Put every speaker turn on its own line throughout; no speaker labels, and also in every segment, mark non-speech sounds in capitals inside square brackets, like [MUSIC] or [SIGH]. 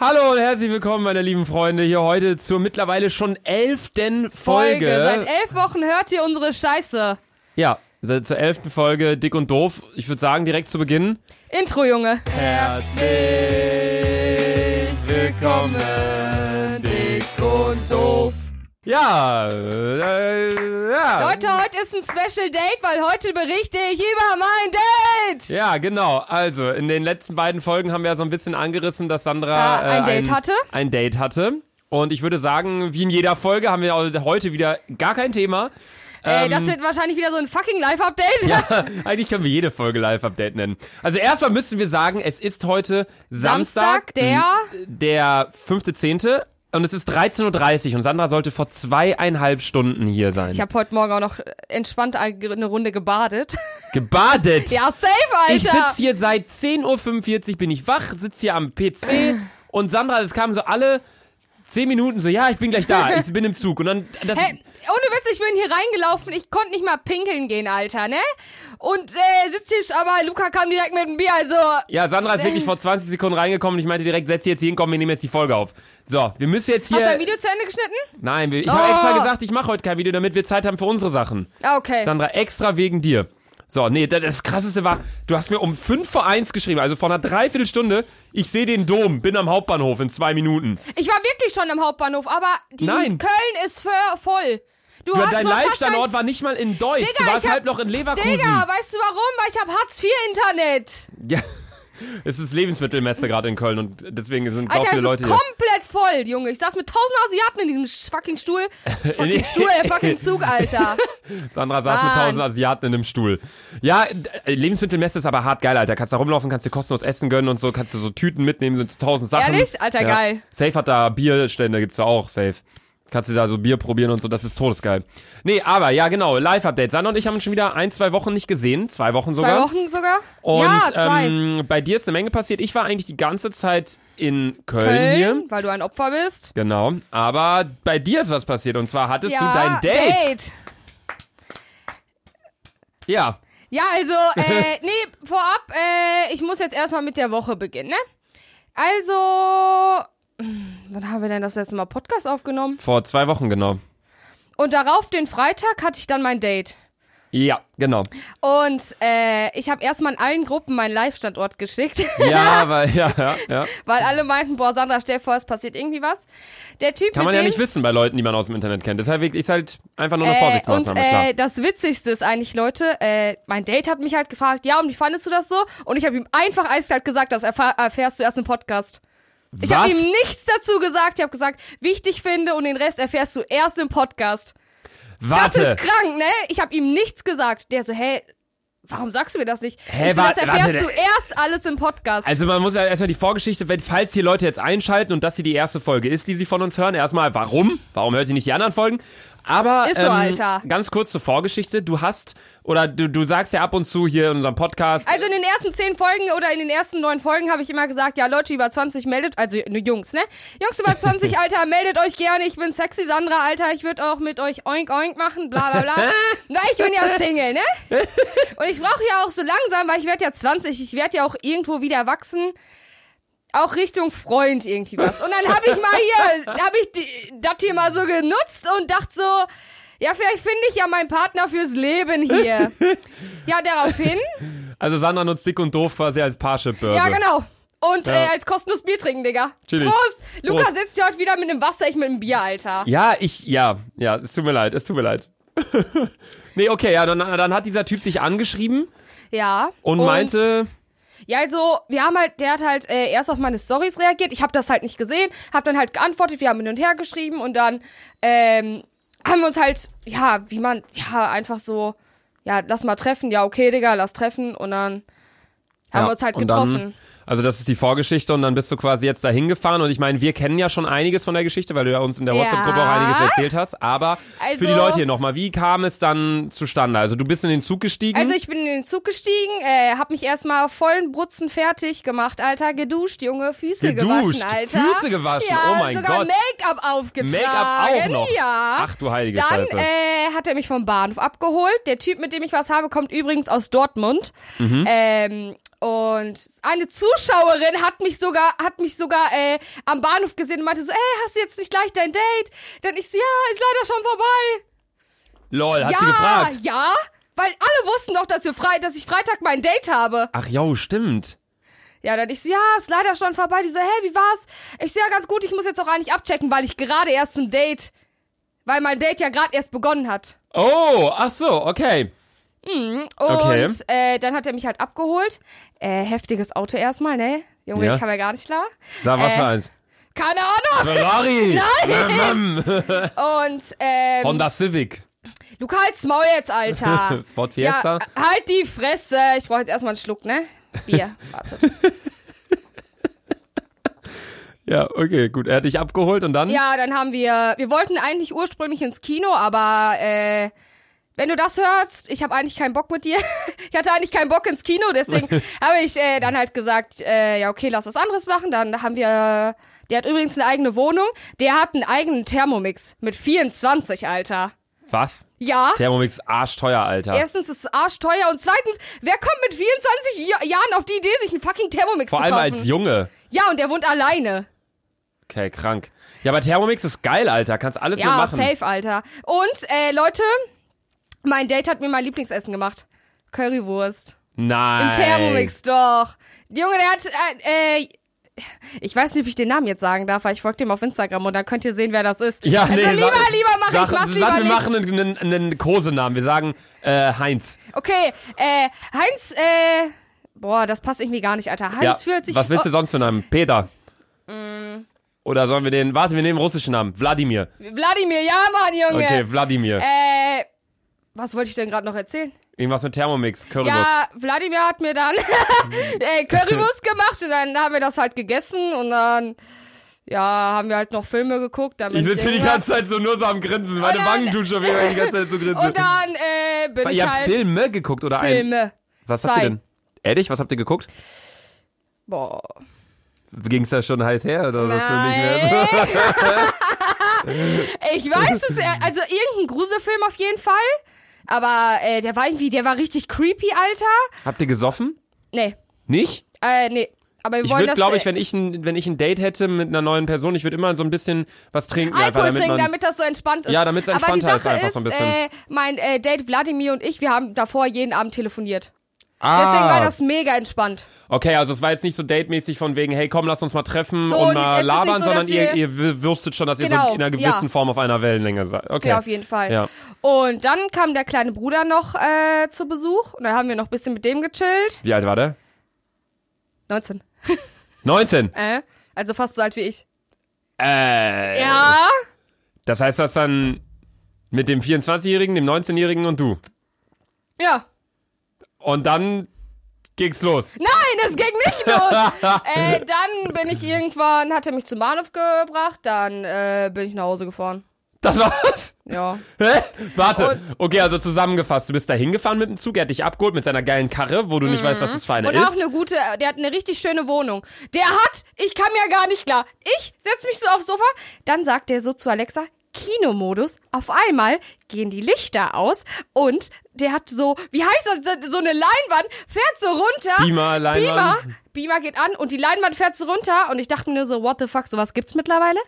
Hallo und herzlich willkommen, meine lieben Freunde, hier heute zur mittlerweile schon elften Folge.
Seit elf Wochen hört ihr unsere Scheiße.
ja, seit zur elften Folge Dick und Doof. Ich würde sagen, direkt zu Beginn.
Intro, Junge.
Herzlich willkommen, Dick und Doof. Ja, äh, ja.
Leute, heute ist ein Special Date, weil heute berichte ich über mein Date.
Ja, genau. Also, in den letzten beiden Folgen haben wir ja so ein bisschen angerissen, dass Sandra äh,
Ja, Ah, ein Date hatte.
Ein Date hatte. Und ich würde sagen, wie in jeder Folge haben wir auch heute wieder gar kein Thema.
Ey, das wird wahrscheinlich wieder so ein fucking Live-Update.
ähm,
[LAUGHS]
Ja, [LAUGHS] eigentlich können wir jede Folge Live-Update nennen. Also erstmal müssen wir sagen, es ist heute Samstag, Hm.
Samstag, der-
m, der 5.10. Und es ist 13.30 Uhr und Sandra sollte vor zweieinhalb Stunden hier sein.
Ich habe heute Morgen auch noch entspannt eine Runde gebadet. [LAUGHS]
gebadet.
Ja, safe, Alter.
ich sitze hier seit 10.45 Uhr, bin ich wach, sitze hier am
[CLEARS THROAT]
PC und Sandra, das kam so alle 10 Minuten so, ja, ich bin gleich
[LAUGHS]
da, ich bin im Zug. Und dann, das,
Hey, ohne Witz, ich bin hier reingelaufen. Ich konnte nicht mal pinkeln gehen, Alter, ne? Und äh, sitz hier, aber Luca kam direkt mit dem Bier, also.
ja, Sandra ist
Äh.
wirklich vor 20 Sekunden reingekommen und ich meinte direkt, setz dich jetzt hier hin, komm, wir nehmen jetzt die Folge auf. So, wir müssen jetzt hier...
Hast du dein Video zu Ende geschnitten?
Nein, wir- ich habe
Oh.
extra gesagt, ich mache heute kein Video, damit wir Zeit haben für unsere Sachen.
Ah, okay.
Sandra, extra wegen dir. So, nee, da- das krasseste war, du hast mir um 5 vor 1 geschrieben, also vor einer Dreiviertelstunde, ich sehe den Dom, bin am Hauptbahnhof in zwei Minuten.
Ich war wirklich schon am Hauptbahnhof, aber die
Nein.
Köln ist ver- voll. Du,
Du,
hast-
dein
du hast fast
Live-Standort war nicht mal in Deutsch,
Digga,
du warst
ich hab-
halb noch in
kein-
Leverkusen.
Digga, weißt du warum? Weil ich habe Hartz IV Internet.
Ja. Es ist Lebensmittelmesse gerade in Köln und deswegen sind auch
Alter, es
viele
ist
Leute hier.
komplett voll, Junge. Ich saß mit tausend Asiaten in diesem sch- fucking Stuhl. Fucking Stuhl, äh, fucking
[LAUGHS]
Zug, Alter.
Sandra saß mit
Mann.
tausend Asiaten in einem Stuhl. Ja, d- äh, Lebensmittelmesse ist aber hart geil, Alter. Kannst da rumlaufen, kannst dir kostenlos Essen gönnen und so, kannst du so Tüten mitnehmen, sind so tausend Sachen.
Ehrlich? Alter,
ja.
geil.
Safe hat da Bierstände, gibt's da auch, safe. Kannst du da so Bier probieren und so, das ist todesgeil. Nee, aber ja, genau, Live-Update. Sandra und ich haben uns schon wieder ein, zwei Wochen nicht gesehen. Zwei Wochen sogar.
Zwei Wochen sogar?
Und
ja, zwei.
Ähm, bei dir ist eine Menge passiert. Ich war eigentlich die ganze Zeit in Köln, hier.
Köln, weil du ein Opfer bist.
Genau. Aber bei dir ist was passiert. Und zwar hattest
ja,
du dein Date. Ja.
Ja,
[LAUGHS]
also, äh, nee, vorab, äh, ich muss jetzt erstmal mit der Woche beginnen, ne? Also, hm, wann haben wir denn das letzte Mal Podcast aufgenommen?
Vor zwei Wochen, genau.
Und darauf, den Freitag, hatte ich dann mein Date.
Ja, genau.
[LAUGHS] Und äh, ich habe erstmal in allen Gruppen meinen Live-Standort geschickt, [LAUGHS]
Ja, aber ja, ja, ja.
weil alle meinten, boah, Sandra, stell vor, es passiert irgendwie was. Der Typ
Kann
mit
man
dem,
ja nicht wissen bei Leuten, die man aus dem Internet kennt. Deshalb ist halt einfach nur eine
Äh, und
Vorsichtsmaßnahme, klar.
äh, das Witzigste ist eigentlich, Leute, äh, mein Date hat mich halt gefragt, ja, und wie fandest du das so? Und ich habe ihm einfach eiskalt gesagt, das erfahr erfährst du erst im Podcast. Ich habe
Was?
ihm nichts dazu gesagt. Ich habe gesagt, wie ich dich finde und den Rest erfährst du erst im Podcast. Das
Warte.
ist krank, ne? Ich habe ihm nichts gesagt. Der so, hey, warum sagst du mir das nicht?
Hä,
ich so,
wa-
das erfährst
warte,
du erst alles im Podcast.
Also man muss ja erstmal die Vorgeschichte, wenn, falls hier Leute jetzt einschalten und das hier die erste Folge ist, die sie von uns hören, erstmal warum? Warum hört sie nicht die anderen Folgen? Aber ähm,
Ist so, Alter.
ganz kurz zur Vorgeschichte, du hast oder du, du sagst ja ab und zu hier in unserem Podcast,
Also in den ersten zehn Folgen oder in den ersten neun Folgen habe ich immer gesagt, ja Leute über 20 meldet, also ne, Jungs, ne? Jungs über 20, Alter, meldet euch gerne, ich bin sexy Sandra, Alter, ich würde auch mit euch oink oink machen, bla bla bla. Na, ich bin ja Single, ne? Und ich brauche ja auch so langsam, weil ich werde ja 20, ich werde ja auch irgendwo wieder erwachsen. Auch Richtung Freund irgendwie was. Und dann habe ich mal hier, habe ich die- das hier mal so genutzt und dachte so, ja, vielleicht finde ich ja meinen Partner fürs Leben hier. Ja, daraufhin
also Sandra nutzt dick und doof quasi als Parship-Börse.
ja, genau. Und
Also. Ja.
äh, als kostenlos Bier trinken, Digga.
Chillig.
Prost! Luca
Prost.
sitzt hier heute wieder mit einem Wasser, ich mit einem Bier, Alter.
Ja, ich, ja, ja, es tut mir leid, es tut mir leid. [LAUGHS] nee, okay, ja, dann, dann hat dieser Typ dich angeschrieben
Ja.
und, meinte,
Ja, also, wir haben halt, der hat halt äh, erst auf meine Stories reagiert. Ich habe das halt nicht gesehen, habe dann halt geantwortet, wir haben hin und her geschrieben und dann ähm, haben wir uns halt, ja, wie man, ja, einfach so, ja, lass mal treffen, ja, okay, Digga, lass treffen und dann haben
Ja,
wir uns halt
und dann-
getroffen.
also das ist die Vorgeschichte und dann bist du quasi jetzt dahin gefahren und ich meine, wir kennen ja schon einiges von der Geschichte, weil du ja uns in der
Ja.
WhatsApp-Gruppe auch einiges erzählt hast, aber für
Also-
die Leute hier nochmal, wie kam es dann zustande? Also du bist in den Zug gestiegen,
Also ich bin in den Zug gestiegen, äh, hab mich erstmal vollen Brutzen fertig gemacht, Alter, geduscht, Junge, Füße
Geduscht,
gewaschen, Alter.
Füße gewaschen,
ja,
oh mein
sogar
Gott.
Make-up aufgetragen.
Make-up auch noch.
Ja.
Ach du heilige
dann
Scheiße.
äh, hat er mich
Mhm.
vom Bahnhof abgeholt. Der Typ, mit dem ich was habe, kommt übrigens aus Dortmund. Ähm, Und eine Zuschauerin hat mich sogar, hat mich sogar äh, am Bahnhof gesehen und meinte so, ey, hast du jetzt nicht gleich dein Date? Dann ich so, ja, ist leider schon vorbei.
Lol, hat
ja,
sie gefragt.
ja, weil alle wussten doch, dass, wir frei, dass ich Freitag mein Date habe.
Ach jo, stimmt.
Ja, dann ich so, ja, ist leider schon vorbei. Die so, hey, wie war's? Ich so, ja, ganz gut, ich muss jetzt auch eigentlich abchecken, weil ich gerade erst ein Date, weil mein Date ja gerade erst begonnen hat.
Oh, ach so, okay.
Und
Okay.
äh, dann hat er mich halt abgeholt. Äh, heftiges Auto erstmal, ne? Junge,
Ja.
ich kam ja gar nicht klar.
Sag, was
Äh,
für eins?
Keine Ahnung!
Ferrari!
Und, ähm,
Honda Civic.
Luca, halt's Maul jetzt, Alter.
[LAUGHS] Ford
ja,
Fiesta.
äh, halt die Fresse. Ich brauche jetzt erstmal einen Schluck, ne?
[LAUGHS]
Bier. Wartet.
Ja, okay, gut. Er hat dich abgeholt und dann?
Ja, dann haben wir, wir wollten eigentlich ursprünglich ins Kino, aber äh, wenn du das hörst, ich habe eigentlich keinen Bock mit dir. [LAUGHS] Ich hatte eigentlich keinen Bock ins Kino,
[LAUGHS]
deswegen habe ich äh, dann halt gesagt, äh, ja okay, lass was anderes machen. Dann haben wir, der hat übrigens eine eigene Wohnung, der hat einen eigenen Thermomix mit 24, Alter.
Was?
Ja.
Thermomix arschteuer, Alter.
Erstens ist es arschteuer und zweitens, wer kommt mit 24 Ja- Jahren auf die Idee, sich einen fucking Thermomix
Vor
zu
allem
kaufen?
als Junge.
ja, und der wohnt alleine.
Okay, krank. Ja, aber Thermomix ist geil, Alter. Kannst alles
Ja,
mit machen.
safe, Alter. Und, äh, Leute, mein Date hat mir mein Lieblingsessen gemacht. Currywurst. Im
Nein.
Thermomix, doch. Junge, der hat, äh, äh, ich weiß nicht, ob ich den Namen jetzt sagen darf, weil ich folge dem auf Instagram und dann könnt ihr sehen, wer das ist.
Ja,
also
nee,
lieber,
sag,
lieber mach
sag,
ich, mach's lieber
warte,
nicht.
Wir machen einen, einen, einen Kosenamen. Wir sagen äh, Heinz.
Okay, äh, Heinz, äh, boah, das passt irgendwie gar nicht, Alter. Heinz
Ja.
fühlt sich... oh.
Was willst du sonst für einen Namen? Peter. Oder sollen wir den. Warte, wir nehmen den russischen Namen. Wladimir.
oh, Wladimir, ja, Mann, Junge.
Okay, Wladimir.
Äh, was wollte ich denn gerade noch erzählen?
Irgendwas mit Thermomix, Currywurst.
Ja, Wladimir hat
[LAUGHS]
mir dann äh, Currywurst gemacht und dann haben wir das halt gegessen und dann ja, haben wir halt noch Filme geguckt. Damit
Ich sitze hier die
irgendwann-
ganze Zeit so nur so am Grinsen. Meine
dann-
Wangen tun schon weh, weil ich die ganze
[LAUGHS]
Zeit so grinse.
Oh Und dann äh, bin ich
ihr habt
halt
Filme geguckt oder ein.
Filme.
Was
Zwei.
habt ihr denn? Ehrlich, was habt ihr geguckt?
Boah.
Ging's da schon heiß her oder was? Nicht mehr so?
Nein. ich weiß es, äh, also irgendein Gruselfilm auf jeden Fall. Aber äh, der war irgendwie, der war richtig creepy,
[LAUGHS]
Alter.
Habt ihr gesoffen?
Nee,
Nicht?
äh, nee. Aber wir
Ich
wollen
würde,
das.
glaube
äh,
ich, wenn ich, ein, wenn ich ein Date hätte mit einer neuen Person, ich würde immer so ein bisschen was trinken. einfach,
Alkohol
damit
trinken,
man,
damit das so entspannt ist.
Ja, damit's
Aber die
entspannter
Sache
ist einfach so ein bisschen.
Äh, mein äh, Date Wladimir und ich, wir haben davor jeden Abend telefoniert.
ah,
Deswegen war das mega entspannt.
Okay, also es war jetzt nicht so datemäßig von wegen, hey, komm, lass uns mal treffen
So,
und
und es
mal
ist nicht
labern,
so,
sondern
dass
ihr,
wir-
ihr w- wüsstet schon, dass ihr so
Genau,
in einer gewissen
ja.
Form auf einer Wellenlänge seid. Okay.
Ja, auf jeden Fall.
Ja.
Und dann kam der kleine Bruder noch äh, zu Besuch und dann haben wir noch ein bisschen mit dem gechillt.
Wie alt war der?
19.
19.
Äh? Also fast so alt wie ich.
Äh,
Ja.
Das heißt, das dann mit dem 24-Jährigen, dem 19-Jährigen und du.
Ja.
Und dann ging's los.
Nein, es ging nicht los.
[LAUGHS]
äh, dann bin ich irgendwann, hat er mich zum Bahnhof gebracht, dann äh, bin ich nach Hause gefahren.
Das war's. [LAUGHS]
Ja.
Hä? Warte. okay, also zusammengefasst, du bist da hingefahren mit dem Zug, er hat dich abgeholt mit seiner geilen Karre, wo du nicht weißt, was das für eine
Mhm. Und
ist.
auch eine gute, der hat eine richtig schöne Wohnung. Der hat, ich kam ja gar nicht klar. Ich setz mich so aufs Sofa, dann sagt der so zu Alexa, Kinomodus, auf einmal gehen die Lichter aus und der hat so, wie heißt das, so eine Leinwand, fährt so runter.
Beamer, Leinwand.
Beamer, Beamer geht an und die Leinwand fährt so runter und ich dachte mir nur so, what the fuck, sowas
[LAUGHS]
gibt's mittlerweile?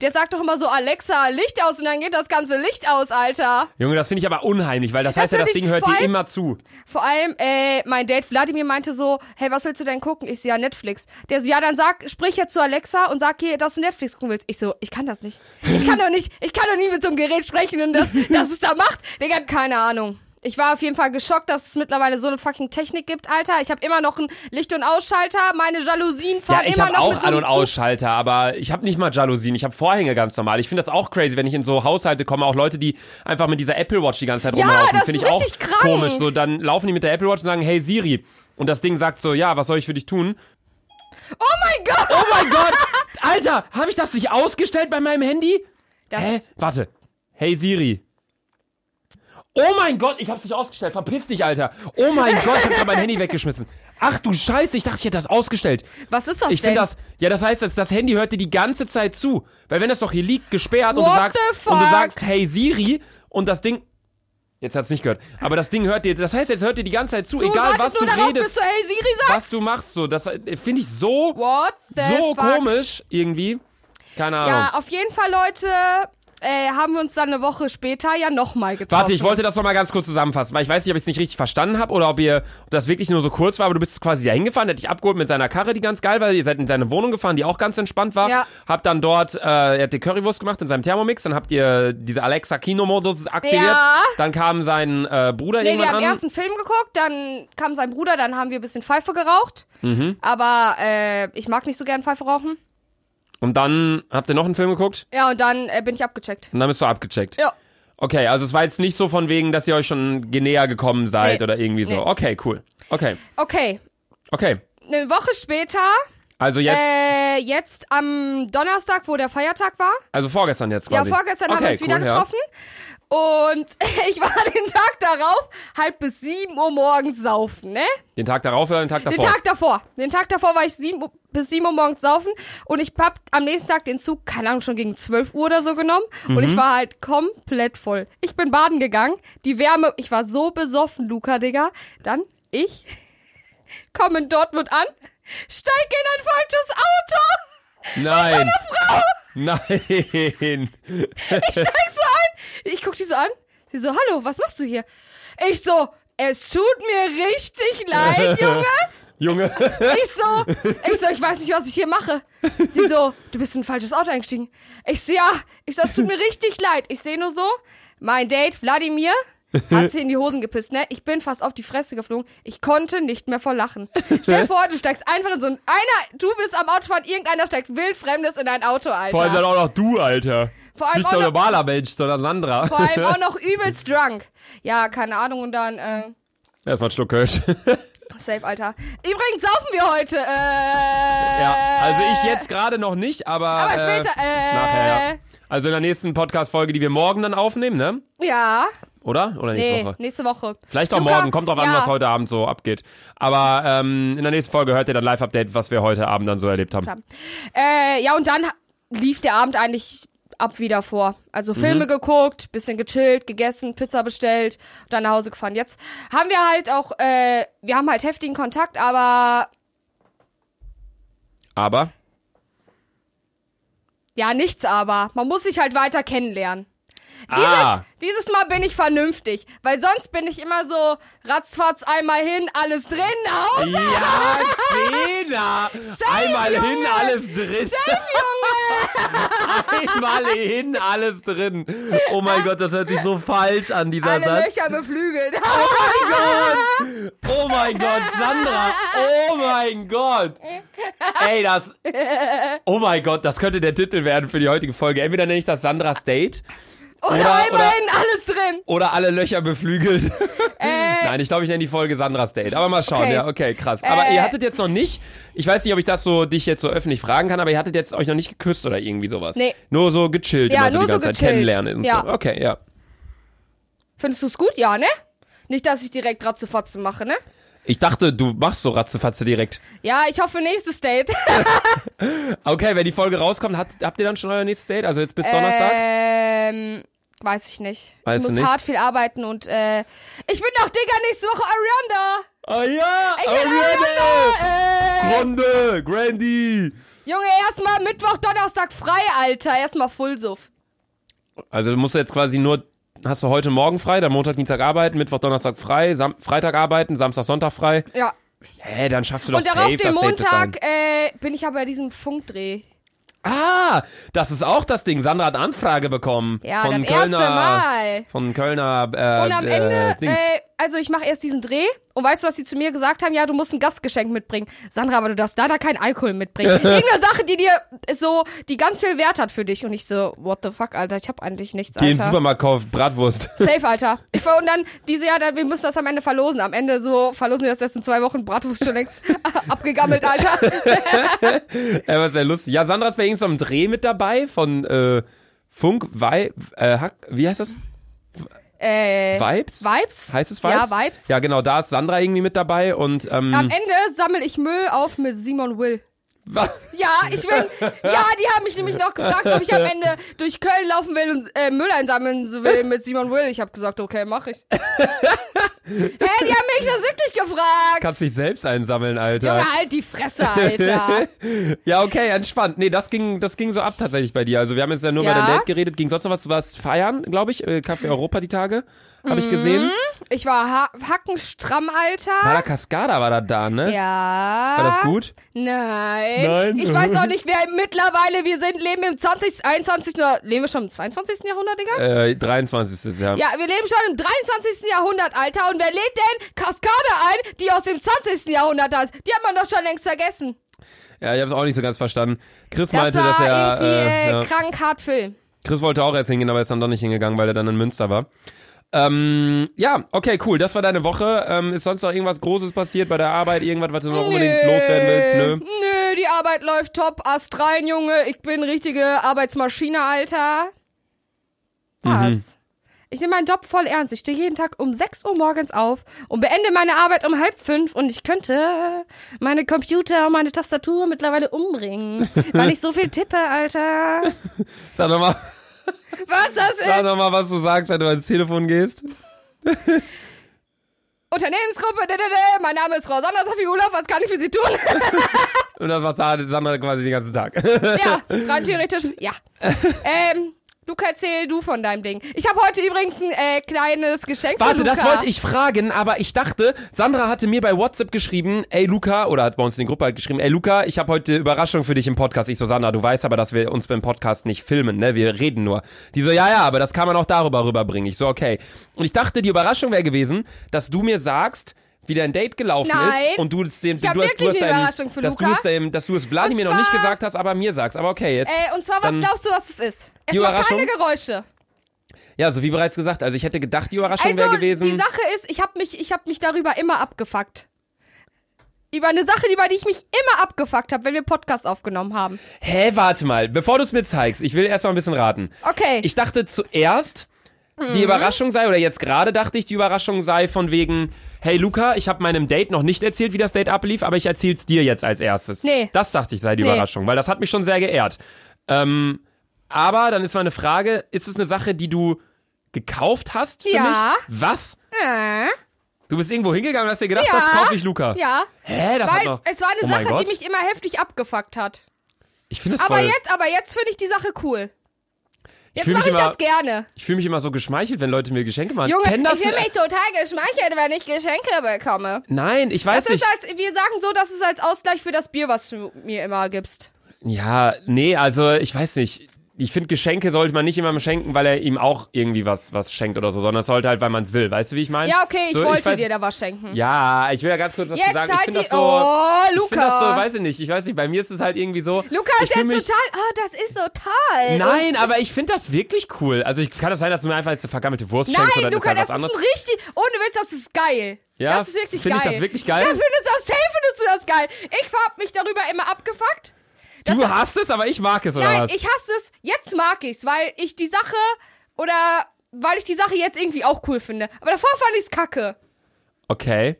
der sagt doch immer so, Alexa, Licht aus und dann geht das ganze Licht aus, Alter.
Junge, das finde ich aber unheimlich, weil das,
Das
heißt ja, das
find ich
Ding hört
vor
dir
allem-
immer zu.
Vor allem, äh, mein Date Wladimir meinte so, hey, was willst du denn gucken? Ich so, ja, Netflix. Der so, ja, dann sag, sprich jetzt zu Alexa und sag ihr, dass du Netflix gucken willst. Ich so, ich kann das nicht. Ich kann doch nicht, ich kann doch nie mit so einem Gerät sprechen und das, das es da macht. Digga, keine Ahnung. Ich war auf jeden Fall geschockt, dass es mittlerweile so eine fucking Technik gibt, Alter. Ich habe immer noch einen Licht- und Ausschalter, meine Jalousien
Ja,
fahren
ich
immer
habe
noch
auch
mit so
An-
einem
und Ausschalter, aber ich habe nicht mal Jalousien, ich habe Vorhänge ganz normal. Ich finde das auch crazy, wenn ich in so Haushalte komme, auch Leute, die einfach mit dieser Apple Watch die ganze Zeit
Ja,
rumlaufen,
das
finde ich
ist
auch
richtig krank.
komisch. So, dann laufen die mit der Apple Watch und sagen, hey Siri. Und das Ding sagt so, ja, was soll ich für dich tun?
Zug. Oh mein Gott!
Oh mein Gott! Alter, habe ich das nicht ausgestellt bei meinem Handy?
Das,
Hä? Warte. Hey Siri. Oh mein Gott, ich hab's nicht ausgestellt. Verpiss dich, Alter. Oh mein Gott, ich hab grad mein Handy weggeschmissen. Ach du Scheiße, ich dachte, ich hätte das ausgestellt.
Was ist das
Ich
denn?
finde das. Ja, das heißt, das, das Handy hört dir die ganze Zeit zu. Weil wenn das doch hier liegt, gesperrt und du
What
sagst
the
und du
fuck?
sagst, hey Siri, und das Ding. Jetzt hat's nicht gehört. Aber das Ding hört dir, das heißt, jetzt hört dir die ganze Zeit zu,
Du
egal
wartest
was du
nur darauf, bis
redest,
du Hey Siri sagst.
was du machst, so. Das äh, finde ich so,
What the
so
fuck?
komisch irgendwie. Keine Ahnung.
Ja, auf jeden Fall, Leute, äh, haben wir uns dann eine Woche später ja nochmal getroffen.
Warte, ich wollte das nochmal ganz kurz zusammenfassen, weil ich weiß nicht, ob ich es nicht richtig verstanden habe oder ob ihr ob das wirklich nur so kurz war, aber du bist quasi da hingefahren, der hat dich abgeholt mit seiner Karre, die ganz geil war. Ihr seid in seine Wohnung gefahren, die auch ganz entspannt war.
Ja.
Habt dann dort, äh, er hat die Currywurst gemacht in seinem Thermomix, dann habt ihr diese Alexa Kino-Modus aktiviert.
Ja.
Dann kam sein äh, Bruder
Nee, wir
irgendwann
haben
an.
erst einen Film geguckt, dann kam sein Bruder, dann haben wir ein bisschen Pfeife geraucht.
Mhm.
Aber äh, ich mag nicht so gern Pfeife rauchen.
Und dann habt ihr noch einen Film geguckt
Ja, und dann äh, bin ich abgecheckt.
und dann bist du abgecheckt.
Ja.
Okay, also es war jetzt nicht so von wegen, dass ihr euch schon näher gekommen seid
Nee.
oder irgendwie so.
Nee.
Okay, cool. Okay,
Okay,
okay.
eine Woche später,
Also jetzt,
äh, jetzt am Donnerstag, wo der Feiertag war.
also vorgestern jetzt
Ja,
quasi.
vorgestern haben
Okay,
wir uns wieder
cool, ja.
getroffen. Und [LAUGHS] ich war den Tag darauf halt bis 7 Uhr morgens saufen, ne?
Den Tag darauf oder den Tag davor?
Den Tag davor. Den Tag davor war ich sieben, Uhr- bis 7 Uhr morgens saufen und ich hab am nächsten Tag den Zug, keine Ahnung, schon gegen 12 Uhr oder so genommen und ich war halt komplett voll. Ich bin baden gegangen, die Wärme, ich war so besoffen, Luca, Digga. Dann ich [LAUGHS] komme in Dortmund an, steig in ein falsches Auto.
Nein. Nein. [LAUGHS]
Ich steig so ein. Ich guck die so an. Sie so, hallo, was machst du hier? Ich so, es tut mir richtig leid, Junge.
Junge.
Ich so, ich so, ich weiß nicht, was ich hier mache. Sie so, du bist in ein falsches Auto eingestiegen. Ich so, ja. Ich so, es tut mir richtig leid. Ich sehe nur so, mein Date, Wladimir, hat sie in die Hosen gepisst, ne? Ich bin fast auf die Fresse geflogen. Ich konnte nicht mehr vor Lachen. Stell dir vor, du steigst einfach in so ein, einer, du bist am Autofahren, irgendeiner steigt wildfremdes in dein Auto, Alter.
Vor allem dann auch noch du, Alter.
Vor allem
Nicht
auch
nur
noch-
normaler Mensch, sondern Sandra.
Vor allem auch noch übelst drunk. Ja, keine Ahnung. Und dann, äh,
[LAUGHS] Erstmal ein Schluck Kölsch.
safe, Alter. Übrigens saufen wir heute. Äh, ja,
Ja, also ich jetzt gerade noch nicht, aber.
Aber später,
Äh,
äh.
nachher, ja. Also in der nächsten Podcast-Folge, die wir morgen dann aufnehmen, ne?
Ja,
Oder? Oder nächste
nee,
Woche?
nächste Woche.
Vielleicht auch
Luca,
morgen, kommt drauf an,
ja.
was heute Abend so abgeht. Aber ähm, in der nächsten Folge hört ihr dann Live-Update, was wir heute Abend dann so erlebt haben.
Klar. Äh, ja, und dann lief der Abend eigentlich ab wieder vor. Also
Mhm.
Filme geguckt, bisschen gechillt, gegessen, Pizza bestellt, dann nach Hause gefahren. Jetzt haben wir halt auch, äh, wir haben halt heftigen Kontakt, aber
Aber
ja, nichts aber. Man muss sich halt weiter kennenlernen. Dieses,
Ah.
dieses Mal bin ich vernünftig, weil sonst bin ich immer so ratzfatz einmal hin, alles drin, aus. [LAUGHS]
Ja, Xena! Einmal hin, alles drin. Einmal hin, alles drin. Oh mein Gott, das hört sich so falsch an, dieser
Alle
Satz.
Löcher beflügelt.
Oh mein Gott, Sandra. Oh mein Gott. Ey, das. Oh mein Gott, das könnte der Titel werden für die heutige Folge. Entweder nenne ich das Sandras Date
Oder,
Oder-
einmal
oder-
hin, alles drin.
oder alle Löcher beflügelt.
[LAUGHS] Äh,
Nein, ich glaube, ich nenne die Folge Sandras Date. Aber mal schauen,
Okay.
ja, okay, krass. Aber
Äh.
ihr hattet jetzt noch nicht, ich weiß nicht, ob ich das so dich jetzt so öffentlich fragen kann, aber ihr hattet jetzt euch noch nicht geküsst oder irgendwie sowas.
Nee.
Nur so gechillt,
Ja,
immer so
nur
die ganze
so
Zeit
gechillt.
kennenlernen und
Ja.
so. Okay, ja.
findest du's gut? Ja, ne? Nicht, dass ich direkt Ratzefatze mache, ne?
Ich dachte, du machst so Ratzefatze direkt.
Ja, ich hoffe, nächstes Date.
Okay, wenn die Folge rauskommt, habt, habt ihr dann schon euer nächstes Date? Also jetzt
Äh.
bis Donnerstag?
Ähm, weiß ich nicht.
Weißt
ich
du
muss
nicht?
hart viel arbeiten und äh, ich bin doch Digga nächste Woche Arianda.
Oh ja!
Ich bin Arianda. Äh,
Runde! Grandy!
Junge, erstmal Mittwoch, Donnerstag frei, Alter. Erstmal Fullsuff.
Also du musst jetzt quasi nur, hast du heute Morgen frei, dann Montag, Dienstag arbeiten, Mittwoch, Donnerstag frei, Sam Freitag arbeiten, Samstag, Sonntag frei.
Ja.
Hä, dann schaffst du doch
Und darauf
safe
den
das Date bis dahin.
Montag äh, bin ich aber bei diesem Funkdreh.
Ah, das ist auch das Ding. Sandra hat Anfrage bekommen.
Ja,
von
das
Kölner,
erste Mal.
Von Kölner, äh,
Und am
äh,
Ende,
Dings.
äh, also ich mache erst diesen Dreh und weißt du, was sie zu mir gesagt haben? Ja, du musst ein Gastgeschenk mitbringen. Sandra, aber du darfst leider keinen
[LAUGHS]
Alkohol mitbringen. Irgendeine Sache, die dir so, die ganz viel Wert hat für dich. Und ich so, what the fuck, Alter, ich hab eigentlich nichts,
Geh in den
Alter.
Supermarkt kaufen, Bratwurst. [LAUGHS]
Safe, Alter. Ich war, und dann, die so, ja, dann, wir müssen das am Ende verlosen. Am Ende so, verlosen wir das erst in zwei Wochen. Bratwurst schon längst [LAUGHS] abgegammelt, Alter.
äh, was wäre lustig. Ja, Sandra ist bei irgendeinem Dreh mit dabei von äh, Funk, Vi äh, Hack, wie heißt das?
Äh,
Vibes?
Vibes?
Heißt es Vibes?
Ja, Vibes.
Ja, genau, da ist Sandra irgendwie mit dabei und ähm,
Am Ende sammel ich Müll auf mit Simon Will. Ja, ich bin. Ja, die haben mich nämlich noch gefragt, ob ich am Ende durch Köln laufen will und äh, Müll einsammeln will mit Simon Will. Ich habe gesagt, okay,
[LAUGHS]
mach ich. Hä, die haben mich das wirklich
[LAUGHS]
gefragt.
Kannst dich selbst einsammeln, Alter.
Junge, halt die
[LAUGHS]
Fresse, Alter.
Ja, okay, entspannt. Nee, das ging, das ging so ab tatsächlich bei dir. Also wir haben jetzt ja nur
Ja.
über dein Date geredet. Ging sonst noch was? Du warst feiern, glaube ich. Äh, Café Europa die Tage. Habe ich
Mhm.
gesehen.
Ich war ha hackenstramm, Alter.
Mara Cascada war da da, ne?
Ja.
War das gut?
Nein.
Nein.
Ich weiß auch nicht, wer mittlerweile wir sind. Leben im 20. 21. Jahrh- Leben wir schon im 22. Jahrhundert, Digga?
Äh, 23. Ja.
Ja, wir leben schon im 23. Jahrhundert, Alter. Und wer lädt denn Kaskade ein, die aus dem 20. Jahrhundert da ist? Die hat man doch schon längst vergessen.
Ja, ich habe es auch nicht so ganz verstanden. Chris
Das
meinte,
war
dass er.
irgendwie äh,
äh, ja.
krank hart Film.
Chris wollte auch jetzt hingehen, aber ist dann doch nicht hingegangen, weil er dann in Münster war. Ähm, ja, okay, cool. Das war deine Woche. Ähm, ist sonst noch irgendwas Großes passiert bei der Arbeit? Irgendwas, was du noch unbedingt loswerden willst? ne? Nö.
Nö, die Arbeit läuft top. Ast rein, Junge. Ich bin richtige Arbeitsmaschine, Alter. Was?
Mhm.
Ich nehme meinen Job voll ernst. Ich stehe jeden Tag um 6 Uhr morgens auf und beende meine Arbeit um halb fünf und ich könnte meine Computer und meine Tastatur mittlerweile
[LAUGHS]
umbringen, weil ich so viel tippe, Alter.
Sag doch mal, [LAUGHS]
Was das
sag
ist?
doch mal, was du sagst, wenn du ans Telefon gehst.
Unternehmensgruppe, da, da, da. mein Name ist Rosanna Safiulov, was kann ich für Sie tun?
Und das war Sandra quasi den ganzen Tag.
ja, rein theoretisch, ja. Ähm, Luca, erzähl du von deinem Ding. Ich habe heute übrigens ein äh, kleines Geschenk
[LAUGHS]
für
Warte,
Luca.
das wollte ich fragen, aber ich dachte, Sandra hatte mir bei WhatsApp geschrieben, ey Luca, oder hat bei uns in die Gruppe halt geschrieben, ey Luca, ich habe heute Überraschung für dich im Podcast. Ich so, Sandra, du weißt aber, dass wir uns beim Podcast nicht filmen, ne? Wir reden nur. Die so, ja, ja, aber das kann man auch darüber rüberbringen. Ich so, okay. Und ich dachte, die Überraschung wäre gewesen, dass du mir sagst, wie dein Date gelaufen
Nein.
ist und du es dem,
hab
du hast, du
wirklich
hast
eine
deinem-
Überraschung für
dass du
Luca.
es dem, dass du es Wladimir
Und
noch nicht
zwar-
gesagt hast, aber mir sagst. Aber okay, jetzt.
Äh, und zwar, was
Dann-
glaubst du, was es ist?
Die
Es macht
Überraschung?
keine Geräusche.
ja, so wie bereits gesagt, also ich hätte gedacht, die Überraschung
Also,
wäre gewesen.
die Sache ist, ich habe mich, ich hab mich darüber immer abgefuckt. Über eine Sache, über die ich mich immer abgefuckt habe, wenn wir Podcast aufgenommen haben.
Hä, warte mal, bevor du es mir zeigst, ich will erstmal ein bisschen raten.
Okay.
Ich dachte zuerst, die
Mhm.
Überraschung sei, oder jetzt gerade dachte ich, die Überraschung sei von wegen, hey Luca, ich habe meinem Date noch nicht erzählt, wie das Date ablief, aber ich erzähl's dir jetzt als erstes.
Nee.
Das dachte ich sei die
Nee.
Überraschung, weil das hat mich schon sehr geehrt. Ähm, aber dann ist meine Frage, ist es eine Sache, die du gekauft hast für
Ja.
mich? Was?
äh,
Du bist irgendwo hingegangen und hast dir gedacht,
Ja.
das kaufe ich Luca.
ja.
Hä, das hat
Weil
noch...
es war eine
oh mein
Sache,
Gott.
die mich immer heftig abgefuckt hat.
Ich finde das
Aber
voll...
jetzt, aber jetzt finde ich die Sache cool. Jetzt
fühl mich
mache ich
immer-
das gerne.
Ich fühle mich immer so geschmeichelt, wenn Leute mir Geschenke machen.
Junge,
Kenn das
ich fühle mich total geschmeichelt, wenn ich Geschenke bekomme.
Nein, ich weiß
Das
nicht.
ist als, wir sagen so, das ist als Ausgleich für das Bier, was du mir immer gibst.
ja, nee, also ich weiß nicht. Ich finde, Geschenke sollte man nicht jemandem schenken, weil er ihm auch irgendwie was, was schenkt oder so, sondern es sollte halt, weil man es will. Weißt du, wie ich meine?
Ja, okay, ich
so,
wollte
weiß-
dir da was schenken.
Ja, ich will ja ganz kurz was zu
jetzt
sagen. ich
halt
finde
die.
das so.
oh,
ich finde das so,
Luca.
weiß ich nicht. Ich weiß nicht, bei mir ist es halt irgendwie so.
Luca
ich
ist
fühl
jetzt
mich,
total. Oh, das ist total.
Nein, aber ich finde das wirklich cool. Also ich kann das sein, dass du mir einfach jetzt eine vergammelte Wurst schenkst oder
Nein, Luca,
ist halt
das
was
ist ein
anderes.
richtig. Ohne Witz, das ist geil.
Ja,
das ist wirklich
find
geil.
ich das wirklich geil?
Ja, findest du das, safe findest du das geil. Ich hab mich darüber immer abgefuckt. Das
du hast es, aber ich mag es, oder
Nein,
was?
ich hasse es. Jetzt mag ich's, weil ich die Sache oder weil ich die Sache jetzt irgendwie auch cool finde. Aber davor fand ich's kacke.
okay.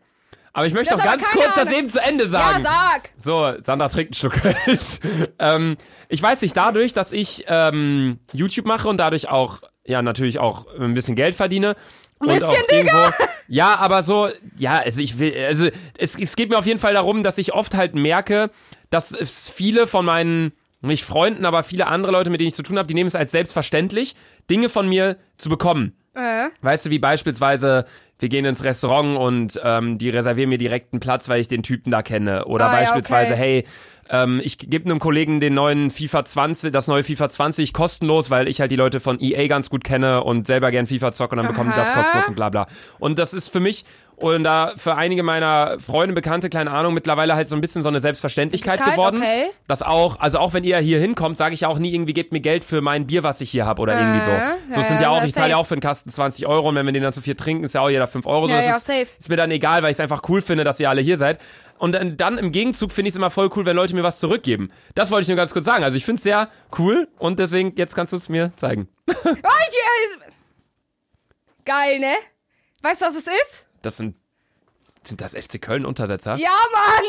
Aber ich möchte
Das
doch
ist aber
ganz
keine
kurz das
Ahnung.
eben zu Ende sagen.
Ja, sag.
So, Sandra trinkt einen Schluck Kölsch. [LAUGHS] ähm, ich weiß nicht, dadurch, dass ich ähm, YouTube mache und dadurch auch, ja, natürlich auch ein bisschen Geld verdiene. Ein
bisschen,
Digga! [LAUGHS] Ja, aber so, ja, also ich will, also es, es geht mir auf jeden Fall darum, dass ich oft halt merke, dass es viele von meinen, nicht Freunden, aber viele andere Leute, mit denen ich zu tun habe, die nehmen es als selbstverständlich, Dinge von mir zu bekommen.
Äh.
Weißt du, wie beispielsweise, wir gehen ins Restaurant und ähm, die reservieren mir direkt einen Platz, weil ich den Typen da kenne. Oder
Ah, ja,
beispielsweise, hey,
okay.
ähm, ich gebe einem Kollegen den neuen FIFA 20, das neue FIFA 20 kostenlos, weil ich halt die Leute von EA ganz gut kenne und selber gern FIFA zocke und dann bekommen die das
Aha.
kostenlos und bla bla. Und das ist für mich und da für einige meiner Freunde, Bekannte, keine Ahnung, mittlerweile halt so ein bisschen so eine Selbstverständlichkeit
Kalt,
geworden.
okay.
Das auch, also auch wenn ihr hier hinkommt, sage ich ja auch nie irgendwie, gebt mir Geld für mein Bier, was ich hier habe oder irgendwie so.
Ja,
So
Äh, ja,
sind ja
ja,
auch,
na,
ich zahle ja
safe.
auch für einen Kasten 20 Euro und wenn wir den dann zu vier trinken, ist ja auch jeder 5 Euro.
Ja,
so,
ja,
das
safe.
Ist, ist mir dann egal, weil ich es einfach cool finde, dass ihr alle hier seid. Und dann, dann im Gegenzug finde ich es immer voll cool, wenn Leute mir was zurückgeben. Das wollte ich nur ganz kurz sagen. Also ich finde es sehr cool und deswegen, jetzt kannst du es mir zeigen.
Oh, ich, äh, ist- geil, ne? Weißt du, was es ist?
Das sind, sind das FC Köln Untersetzer?
Ja, Mann.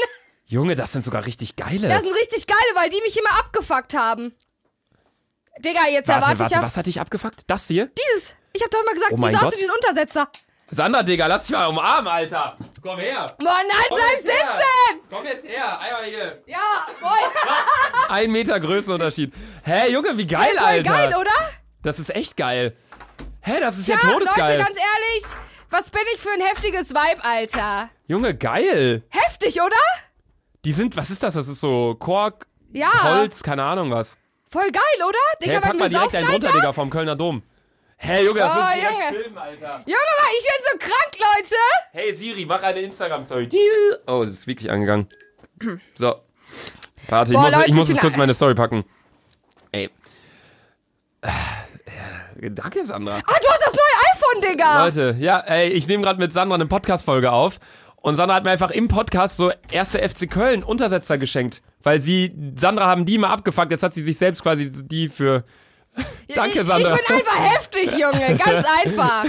Junge, das sind sogar richtig geile.
Das sind richtig geile, weil die mich immer abgefuckt haben. Digga, jetzt
warte,
erwarte
warte,
ich ja
was hat dich abgefuckt? Das hier?
dieses. Ich hab doch mal gesagt,
Oh mein
wieso hast du
Gott.
den Untersetzer?
Sandra, Digga, lass dich mal umarmen, Alter. Komm her.
Boah, nein,
Komm
bleib
jetzt her.
sitzen!
Komm jetzt her. Einmal hier.
Ja, voll,
Ein Meter Größenunterschied. Hä, Junge, wie geil,
voll
Alter.
geil, oder?
Das ist echt geil. Hä, das ist ja,
Ja, Leute,
todesgeil.
ganz ehrlich, was bin ich für ein heftiges Vibe, Alter?
Junge, geil.
Heftig, oder?
Die sind, was ist das? Das ist so Kork,
Ja.
Holz, keine Ahnung was.
Voll geil, oder?
Hä,
Digga,
pack
wenn
mal
Ah. wir
direkt
saufen,
einen runter,
Alter.
Digga, vom Kölner Dom. Hä, Junge, das
Oh,
muss ich direkt
Junge.
filmen, Alter.
Junge, Mann, ich bin so krank, Leute.
Hey Siri, mach eine Instagram-Story. Oh, das ist wirklich
[CLEARS THROAT]
angegangen. So. Warte, ich
Boah,
muss,
Leute,
ich muss
ich
jetzt
bin-
kurz meine Story packen. Ey. Äh, Danke, Sandra.
Ah, du hast das neue iPhone, Digga.
Leute, ja, ey, ich nehme gerade mit Sandra eine Podcast-Folge auf. Und Sandra hat mir einfach im Podcast so erste FC Köln Untersetzer geschenkt. Weil sie, Sandra haben die mal abgefuckt, jetzt hat sie sich selbst quasi die für. Danke,
ich,
Sandra.
Ich bin einfach heftig, Junge. Ganz
[LAUGHS]
einfach.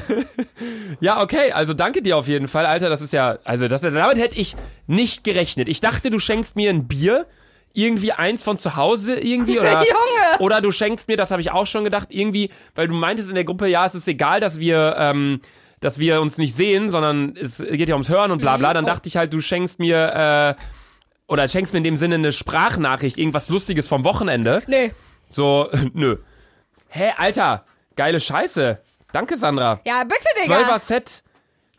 Ja, okay, also danke dir auf jeden Fall, Alter. Das ist ja, also das, damit hätte ich nicht gerechnet. Ich dachte, du schenkst mir ein Bier, irgendwie eins von zu Hause irgendwie oder
Junge!
oder du schenkst mir, das habe ich auch schon gedacht, irgendwie, weil du meintest in der Gruppe, ja, es ist egal, dass wir ähm, dass wir uns nicht sehen, sondern es geht ja ums Hören und bla bla. Dann dachte ich halt, du schenkst mir äh, oder schenkst mir in dem Sinne eine Sprachnachricht, irgendwas Lustiges vom Wochenende.
Nee.
So, [LAUGHS] nö. Hä, Alter, geile Scheiße. Danke, Sandra.
Ja, bitte, Digga.
Zwölfer Set.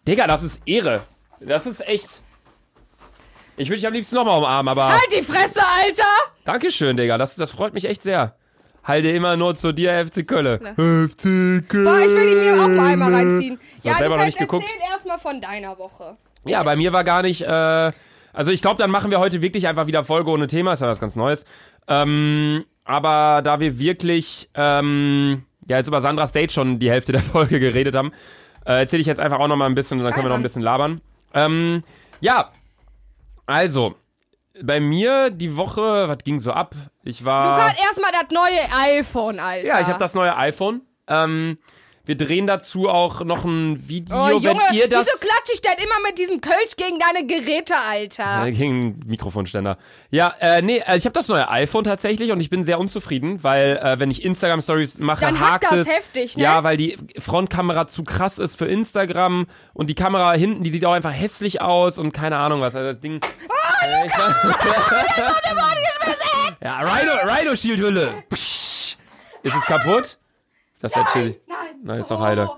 Digga, das ist Ehre. Das ist echt. Ich würde dich am liebsten nochmal umarmen, aber
Halt die Fresse, Alter.
Dankeschön, Digga. Das, das freut mich echt sehr. Halte immer nur zu dir, FC Kölle. FC Kölle.
Boah, ich will die mir auch mal einmal reinziehen. ja,
selber noch
du
nicht
kannst
geguckt.
erzählen erstmal von deiner Woche.
Ja, bei mir war gar nicht. Äh, also ich glaube, dann machen wir heute wirklich einfach wieder Folge ohne Thema. Ist ja was ganz Neues. Ähm, aber da wir wirklich ähm, ja jetzt über Sandras Date schon die Hälfte der [LAUGHS] Folge geredet haben, äh, erzähle ich jetzt einfach auch noch mal ein bisschen und dann können wir noch ein
Mann.
bisschen labern. Ähm, ja, also bei mir die Woche, was ging so ab? Ich war
Luca hat erstmal das neue iPhone, Alter.
Ah. ja, ich habe das neue iPhone. Ähm, wir drehen dazu auch noch ein Video,
Oh, Junge,
wenn ihr das
wieso klatsche ich denn immer mit diesem Kölsch gegen deine Geräte, Alter?
Äh, Gegen den Mikrofonständer. Ja, äh, nee, äh, ich habe das neue iPhone tatsächlich und ich bin sehr unzufrieden, weil äh, wenn ich Instagram Stories mache,
Dann hackt
hakt
das
es.
heftig, ne?
Ja, weil die Frontkamera zu krass ist für Instagram und die Kamera hinten, die sieht auch einfach hässlich aus und keine Ahnung was. Also das Ding. Oh, äh,
[LAUGHS]
ja, Rhino, Rhino Shield Hülle. Psch. Ist es kaputt? Das ist ja chillig.
Nein,
Nein, ist doch heile.
Oh,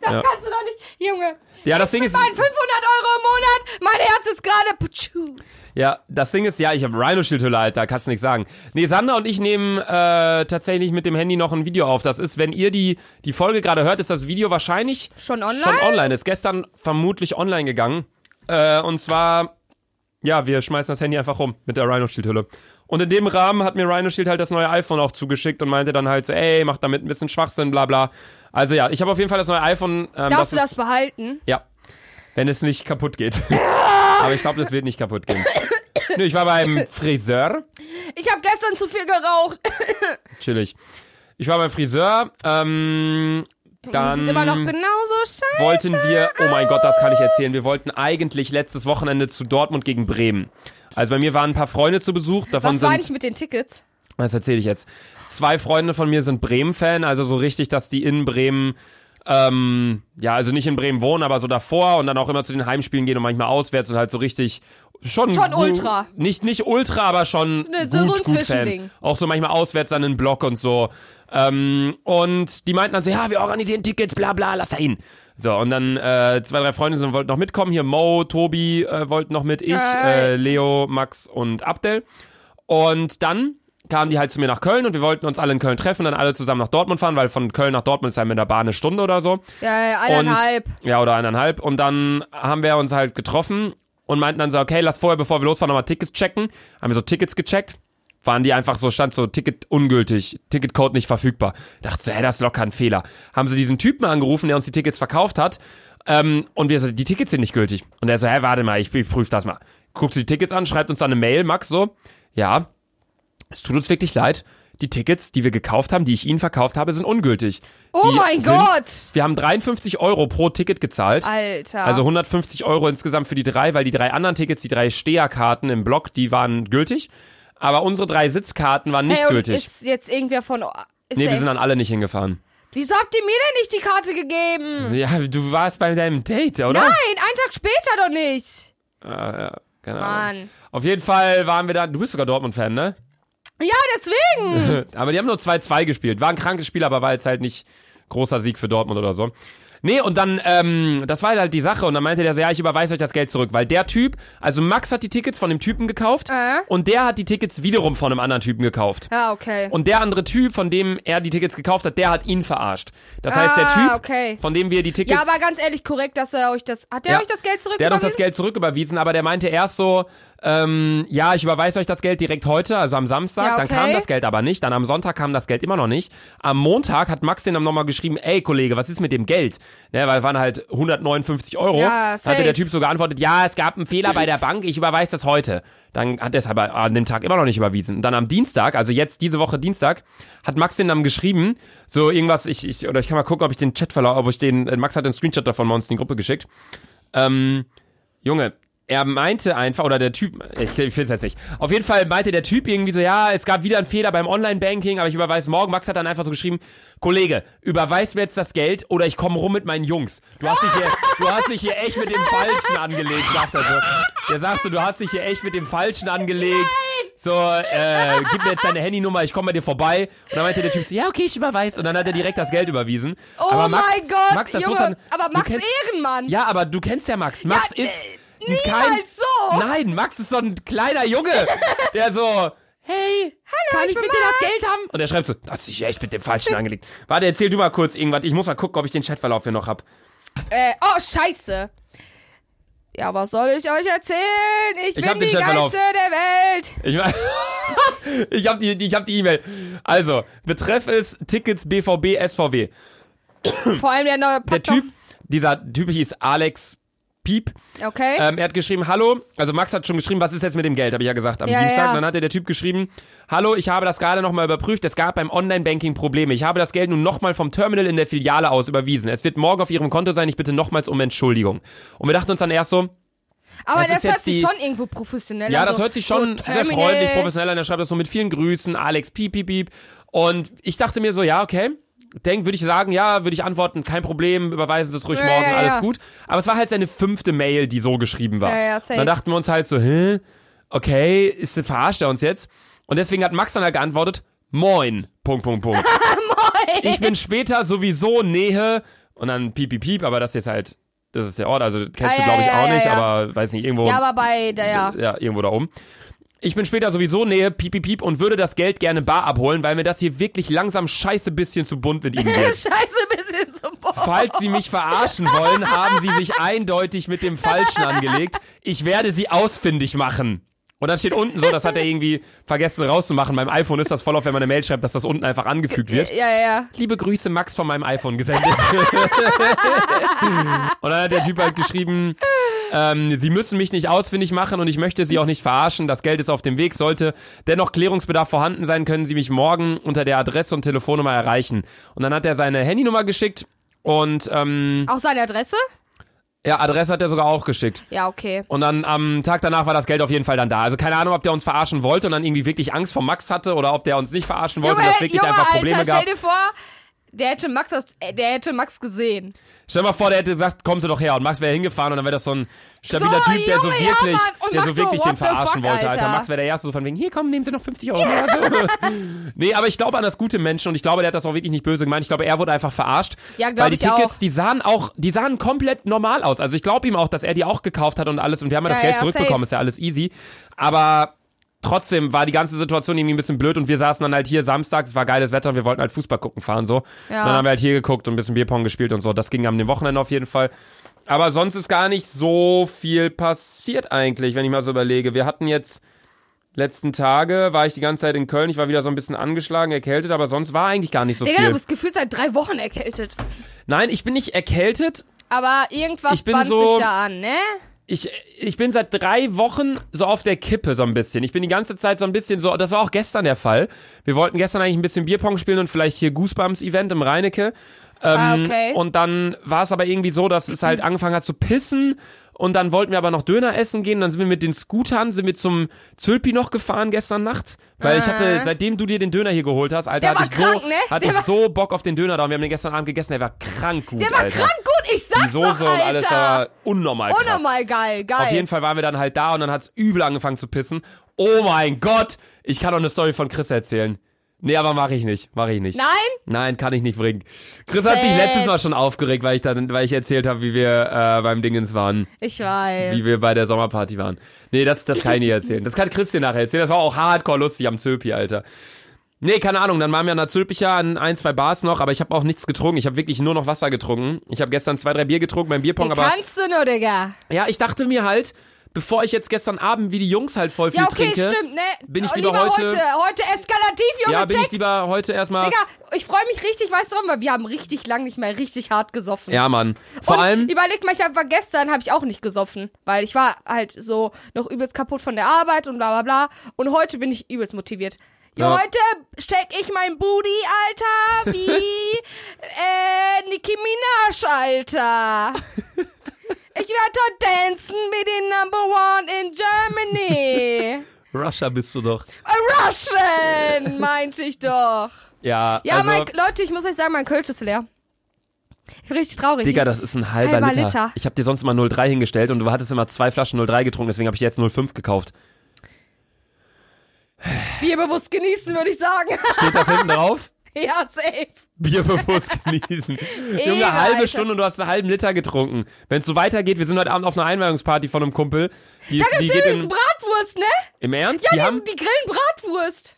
das
Ja.
kannst du doch nicht. Junge,
Ja, das Ding
mit
ist.
meinen 500 Euro im Monat, mein Herz ist gerade... Putschu.
Ja, das Ding ist, ja, ich habe Rhino-Schildhülle, Alter, kannst nix sagen. Nee, Sandra und ich nehmen äh, tatsächlich mit dem Handy noch ein Video auf. Das ist, wenn ihr die, die Folge gerade hört, ist das Video wahrscheinlich
Schon online?
schon online. Ist gestern vermutlich online gegangen. Äh, und zwar, ja, wir schmeißen das Handy einfach rum mit der Rhino-Schildhülle. Und in dem Rahmen hat mir Rhino-Schild halt das neue iPhone auch zugeschickt und meinte dann halt so, ey, mach damit ein bisschen Schwachsinn, bla bla. Also ja, ich habe auf jeden Fall das neue iPhone. Ähm,
Darfst du
ist-
das behalten?
ja. Wenn es nicht kaputt geht.
[LAUGHS]
Aber ich glaube, das wird nicht kaputt gehen. Nö, ich war beim Friseur.
Ich habe gestern zu viel geraucht.
Chillig. Ich war beim Friseur. Ähm,
Das
dann
ist immer noch genauso scheiße.
wollten wir, oh mein Gott, das kann ich erzählen. Wir wollten eigentlich letztes Wochenende zu Dortmund gegen Bremen. Also bei mir waren ein paar Freunde zu Besuch. Davon
Was
sind
war eigentlich mit den Tickets?
Was erzähle ich jetzt? Zwei Freunde von mir sind Bremen-Fan, also so richtig, dass die in Bremen, ähm, ja, also nicht in Bremen wohnen, aber so davor und dann auch immer zu den Heimspielen gehen und manchmal auswärts und halt so richtig schon.
Schon
gu-
Ultra.
Nicht, nicht Ultra, aber schon.
Ne,
gut,
so- so ein
gut
Zwischending.
Fan. Auch so manchmal auswärts dann in den Block und so. Ähm, und die meinten dann so, ja, wir organisieren Tickets, bla bla, lass da hin. So, und dann äh, zwei, drei Freunde sind, wollten noch mitkommen. Hier Mo, Tobi äh, wollten noch mit, ich,
Äh.
äh, Leo, Max und Abdel. Und dann kamen die halt zu mir nach Köln und wir wollten uns alle in Köln treffen, dann alle zusammen nach Dortmund fahren, weil von Köln nach Dortmund ist halt mit der Bahn eine Stunde oder so.
Ja, ja,
Und-
eineinhalb.
Ja, oder eineinhalb. Und dann haben wir uns halt getroffen und meinten dann so, okay, lass vorher, bevor wir losfahren, nochmal Tickets checken. Haben wir so Tickets gecheckt. Waren die einfach so, stand so, Ticket ungültig, Ticketcode nicht verfügbar. Dachte so, hä, das ist locker ein Fehler. Haben sie diesen Typen angerufen, der uns die Tickets verkauft hat. Ähm, und wir so, die Tickets sind nicht gültig. Und er so, hä, warte mal, ich, ich prüfe das mal. Guckt sich die Tickets an, schreibt uns dann eine Mail, Max so, ja, es tut uns wirklich leid. die Tickets, die wir gekauft haben, die ich Ihnen verkauft habe, sind ungültig.
Oh
die
mein
sind,
Gott!
Wir haben 53 Euro pro Ticket
Ah,
gezahlt.
Alter.
Also 150 Euro insgesamt für die drei, weil die drei anderen Tickets, die drei Steherkarten im Block, die waren gültig. Aber unsere drei Sitzkarten waren nicht
hey, und
gültig.
Ist jetzt irgendwer von. Ist
Nee,
der-
wir sind dann alle nicht hingefahren.
Wieso habt ihr mir denn nicht die Karte gegeben?
Ja, du warst bei deinem Date, oder?
Nein, einen Tag später doch nicht.
Keine Ahnung.
Mann.
Auf jeden Fall waren wir da. Du bist sogar Dortmund-Fan, ne?
Ja,
Mhm.
deswegen.
Äh, Aber die haben nur 2-2 gespielt. War ein krankes Spiel, aber war jetzt halt nicht großer Sieg für Dortmund oder so. Nee, und dann, ähm, das war halt die Sache. Und dann meinte der so, ja, ich überweise euch das Geld zurück. Weil der Typ, also Max hat die Tickets von dem Typen gekauft
Äh.
und der hat die Tickets wiederum von einem anderen Typen gekauft.
ja, okay.
Und der andere Typ, von dem er die Tickets gekauft hat, der hat ihn verarscht. Das heißt, der
Ah,
Typ,
okay.
von dem wir die Tickets...
ja, aber ganz ehrlich, korrekt, dass er euch das. Hat der
Ja.
euch das Geld
Der hat uns
zurückgegeben?
das Geld zurücküberwiesen, aber der meinte erst so, ähm, ja, ich überweise euch das Geld direkt heute, also am Samstag.
Ja,
Dann
okay.
kam das Geld aber nicht. Dann am Sonntag kam das Geld immer noch nicht. Am Montag hat Max den dann nochmal geschrieben, ey Kollege, was ist mit dem Geld? Ne, weil waren halt 159 Euro.
Ja,
Dann hatte
safe.
der Typ so geantwortet, ja, es gab einen Fehler
[LAUGHS]
bei der Bank, ich überweise das heute. Dann hat er es aber an dem Tag immer noch nicht überwiesen. Und dann am Dienstag, also jetzt diese Woche Dienstag, hat Max den dann geschrieben, so irgendwas, ich, ich, oder ich kann mal gucken, ob ich den Chat verlau, ob ich den, äh, Max hat den Screenshot davon bei uns in die Gruppe geschickt. Ähm, Junge, er meinte einfach, oder der Typ, ich, ich finde es jetzt nicht. Auf jeden Fall meinte der Typ irgendwie so, ja, es gab wieder einen Fehler beim Online-Banking, aber ich überweise morgen. Max hat dann einfach so geschrieben, Kollege, überweis mir jetzt das Geld oder ich komme rum mit meinen Jungs. Du hast dich hier, du hast dich hier echt mit dem Falschen angelegt, sagt er so. Der sagt so, du hast dich hier echt mit dem Falschen angelegt. So, äh, gib mir jetzt deine Handynummer, ich komme bei dir vorbei. Und dann meinte der Typ so, ja, okay, ich überweise. Und dann hat er direkt das Geld überwiesen.
Oh
aber Max,
mein Gott,
Max, das
Junge.
muss dann,
aber
du
Max
kennst-
Ehrenmann.
ja, aber du kennst ja Max. Max
Ja,
ist
äh, niemals so.
Nein, Max ist so ein kleiner
[LAUGHS]
Junge, der so Hey, kann ich,
ich bin
bitte das Geld haben? Und er schreibt so, das ist echt mit dem
[LAUGHS]
Falschen angelegt. Warte, erzähl du mal kurz irgendwas. Ich muss mal gucken, ob ich den Chatverlauf hier noch hab.
Äh, oh, scheiße. Ja, was soll ich euch erzählen? Ich,
hab
bin
den
die
Chatverlauf.
Geilste der Welt.
[CLEARS THROAT] Ich, mein, [LAUGHS] ich hab die, die- ich hab die E-Mail. Also, Betreff ist Tickets BVB SVW.
Vor allem der
Der
neue Pakt
Typ, dieser Typ hieß Alex Piep.
Okay.
Ähm, er hat geschrieben, hallo, also Max hat schon geschrieben, was ist jetzt mit dem Geld, habe ich ja gesagt am
Ja,
Dienstag.
ja, ja.
Dann hatte der Typ geschrieben, hallo, ich habe das gerade nochmal überprüft, es gab beim Online-Banking Probleme. Ich habe das Geld nun nochmal vom Terminal in der Filiale aus überwiesen. Es wird morgen auf Ihrem Konto sein, ich bitte nochmals um Entschuldigung. Und wir dachten uns dann erst so,
aber
das
das,
ist jetzt
hört sich
die-
schon irgendwo professionell an.
ja, das
so-
hört sich schon
so
sehr
Terminal.
freundlich, professionell an. Er schreibt das so mit vielen Grüßen, Alex, piep, piep, piep. Und ich dachte mir so, ja, okay. Denk, würde ich sagen, ja, würde ich antworten, kein Problem, überweisen Sie es ruhig
Ja,
morgen,
ja,
alles
ja.
gut. Aber es war halt seine fünfte Mail, die so geschrieben war.
Ja, ja,
Und
safe.
dann dachten wir uns halt so, hä, okay, ist, verarscht er uns jetzt? Und deswegen hat Max dann halt geantwortet, moin, Punkt, Punkt,
[LAUGHS]
Punkt. Ich bin später sowieso Nähe und dann piep, piep, piep, aber das ist jetzt halt, das ist der Ort, also kennst du
Ah, Ja, ja,
glaube ich
ja,
auch
ja,
nicht,
ja.
aber weiß nicht, irgendwo
Ja, aber bei der, ja.
ja, irgendwo da oben. Ich bin später sowieso nähe, piep, piep, piep, und würde das Geld gerne bar abholen, weil mir das hier wirklich langsam scheiße bisschen zu bunt mit Ihnen wird.
[LAUGHS] Scheiße, ein bisschen zum Boah.
Falls Sie mich verarschen wollen, haben Sie sich eindeutig mit dem Falschen angelegt. Ich werde Sie ausfindig machen. Und dann steht unten so, das hat er irgendwie vergessen rauszumachen. Beim iPhone ist das voll auf, wenn man eine Mail schreibt, dass das unten einfach angefügt wird
Ja, ja, ja.
liebe Grüße Max von meinem iPhone
[LAUGHS]
gesendet. und dann hat der Typ halt geschrieben, ähm, Sie müssen mich nicht ausfindig machen und ich möchte Sie auch nicht verarschen. Das Geld ist auf dem Weg. Sollte dennoch Klärungsbedarf vorhanden sein, können Sie mich morgen unter der Adresse und Telefonnummer erreichen. Und dann hat er seine Handynummer geschickt und ähm,
Auch seine Adresse?
ja, Adresse hat er sogar auch geschickt.
Ja, okay.
Und dann am Tag danach war das Geld auf jeden Fall dann da. Also keine Ahnung, ob der uns verarschen wollte und dann irgendwie wirklich Angst vor Max hatte oder ob der uns nicht verarschen wollte
Junge,
und das wirklich
Junge,
einfach Probleme
Alter,
gab.
stell dir vor, der hätte Max, das, äh, der hätte Max gesehen.
Stell dir mal vor, der hätte gesagt, kommst du doch her und Max wäre hingefahren und dann wäre das so ein stabiler
So,
Typ, der so
Junge, ja,
wirklich,
Mann. Und
der
Max
so
so,
wirklich
what
den
the
verarschen
fuck,
wollte, Alter.
Alter.
Max wäre der Erste so von wegen, hier komm, nehmen Sie noch 50 Euro mehr. So. [LAUGHS] nee, aber ich glaube an das gute Menschen und ich glaube, der hat das auch wirklich nicht böse gemeint. Ich glaube, er wurde einfach verarscht.
Ja, glaub
Weil die
ich
Tickets,
auch.
die sahen auch, die sahen komplett normal aus. Also ich glaube ihm auch, dass er die auch gekauft hat und alles und wir haben ja das
Ja,
Geld
ja,
zurückbekommen,
safe.
ist ja alles easy. Aber trotzdem war die ganze Situation irgendwie ein bisschen blöd und wir saßen dann halt hier samstags, es war geiles Wetter und wir wollten halt Fußball gucken fahren so.
Ja.
Und dann haben wir halt hier geguckt und ein bisschen Bierpong gespielt und so. Das ging am dem Wochenende auf jeden Fall. Aber sonst ist gar nicht so viel passiert eigentlich, wenn ich mal so überlege. Wir hatten jetzt letzten Tage, war ich die ganze Zeit in Köln, ich war wieder so ein bisschen angeschlagen, erkältet, aber sonst war eigentlich gar nicht so
Digga, du
viel.
bist gefühlt seit drei Wochen erkältet.
Nein, ich bin nicht erkältet.
Aber irgendwas
Ich bin
band
so-
sich da an, ne?
ich, ich bin seit drei Wochen so auf der Kippe so ein bisschen. Ich bin die ganze Zeit so ein bisschen so, das war auch gestern der Fall. Wir wollten gestern eigentlich ein bisschen Bierpong spielen und vielleicht hier Goosebumps-Event im Reinecke. Ähm,
Ah, okay.
Und dann war es aber irgendwie so, dass es halt angefangen hat zu pissen. Und dann wollten wir aber noch Döner essen gehen. Dann sind wir mit den Scootern, sind wir zum Zülpi noch gefahren gestern Nacht. Weil ich hatte, seitdem du dir den Döner hier geholt hast, Alter,
Ah. Der
hatte
war
ich,
krank,
so,
ne?
hatte
Der
ich
war-
so Bock auf den Döner da. Und wir haben den gestern Abend gegessen. Der war krank gut,
Der war
Alter.
krank gut, ich sag's
Die Soße
doch, Alter.
und alles war unnormal krass.
Unnormal geil, geil.
Auf jeden Fall waren wir dann halt da und dann hat's übel angefangen zu pissen. Oh mein Gott, ich kann doch eine Story von Chris erzählen. Nee, aber mache ich nicht, mache ich nicht.
Nein?
Nein, kann ich nicht bringen. Chris hat sich
Sad.
letztes Mal schon aufgeregt, weil ich dann, weil ich erzählt habe, wie wir äh, beim Dingens waren,
Ich weiß.
wie wir bei der Sommerparty waren. Nee, das, das kann ich nicht erzählen. Das kann Chris dir nachher erzählen. Das war auch hardcore lustig am Zülpi, Alter. Nee, keine Ahnung, dann waren wir an der Zülpicher an ein, zwei Bars noch, aber ich habe auch nichts getrunken. Ich habe wirklich nur noch Wasser getrunken. Ich habe gestern zwei, drei Bier getrunken beim Bierpong,
Wie
aber
kannst du nur, Digga?
ja, ich dachte mir halt, bevor ich jetzt gestern Abend wie die Jungs halt voll viel
Ja, okay,
trinke,
stimmt, ne?
bin ich
Oh,
lieber heute-
heute. Heute eskalativ, Junge,
ja, bin
check.
ich lieber heute erstmal.
Digga, ich freue mich richtig, weißt du warum? Weil wir haben richtig lang nicht mehr richtig hart gesoffen.
Ja, Mann. Vor
und
allem,
Überleg mal, ich hab, war gestern habe ich auch nicht gesoffen, weil ich war halt so noch übelst kaputt von der Arbeit und bla bla bla. Und heute bin ich übelst motiviert. Jo,
Ja.
Heute steck ich mein Booty, Alter, wie
[LAUGHS]
äh, Nicki Minaj,
[LAUGHS]
Alter. Ich werde dort dancen wie die Number One in Germany.
Russia bist du doch.
A
[LAUGHS]
Russian, meinte ich doch.
Ja,
Ja,
also,
mein, Leute, ich muss euch sagen, mein Kölsch ist leer. Ich bin richtig traurig.
Digga, das ist ein halber,
Halber
Liter.
Liter.
Ich habe dir sonst immer 03 hingestellt und du hattest immer zwei Flaschen 03 getrunken, deswegen habe ich jetzt 05 gekauft.
Bierbewusst genießen, würde ich sagen. [LAUGHS]
Steht das hinten drauf? [LAUGHS]
ja, safe.
Bierbewusst
[LAUGHS]
genießen. Junge,
Ehre,
halbe
Alter.
Stunde und du hast einen halben Liter getrunken. Wenn es so weitergeht, wir sind heute Abend auf einer Einweihungsparty von einem Kumpel. Die, ist, die
Gibt's
geht
übrigens
in,
Bratwurst, ne?
Im Ernst?
Ja,
die
die,
haben.
die grillen Bratwurst.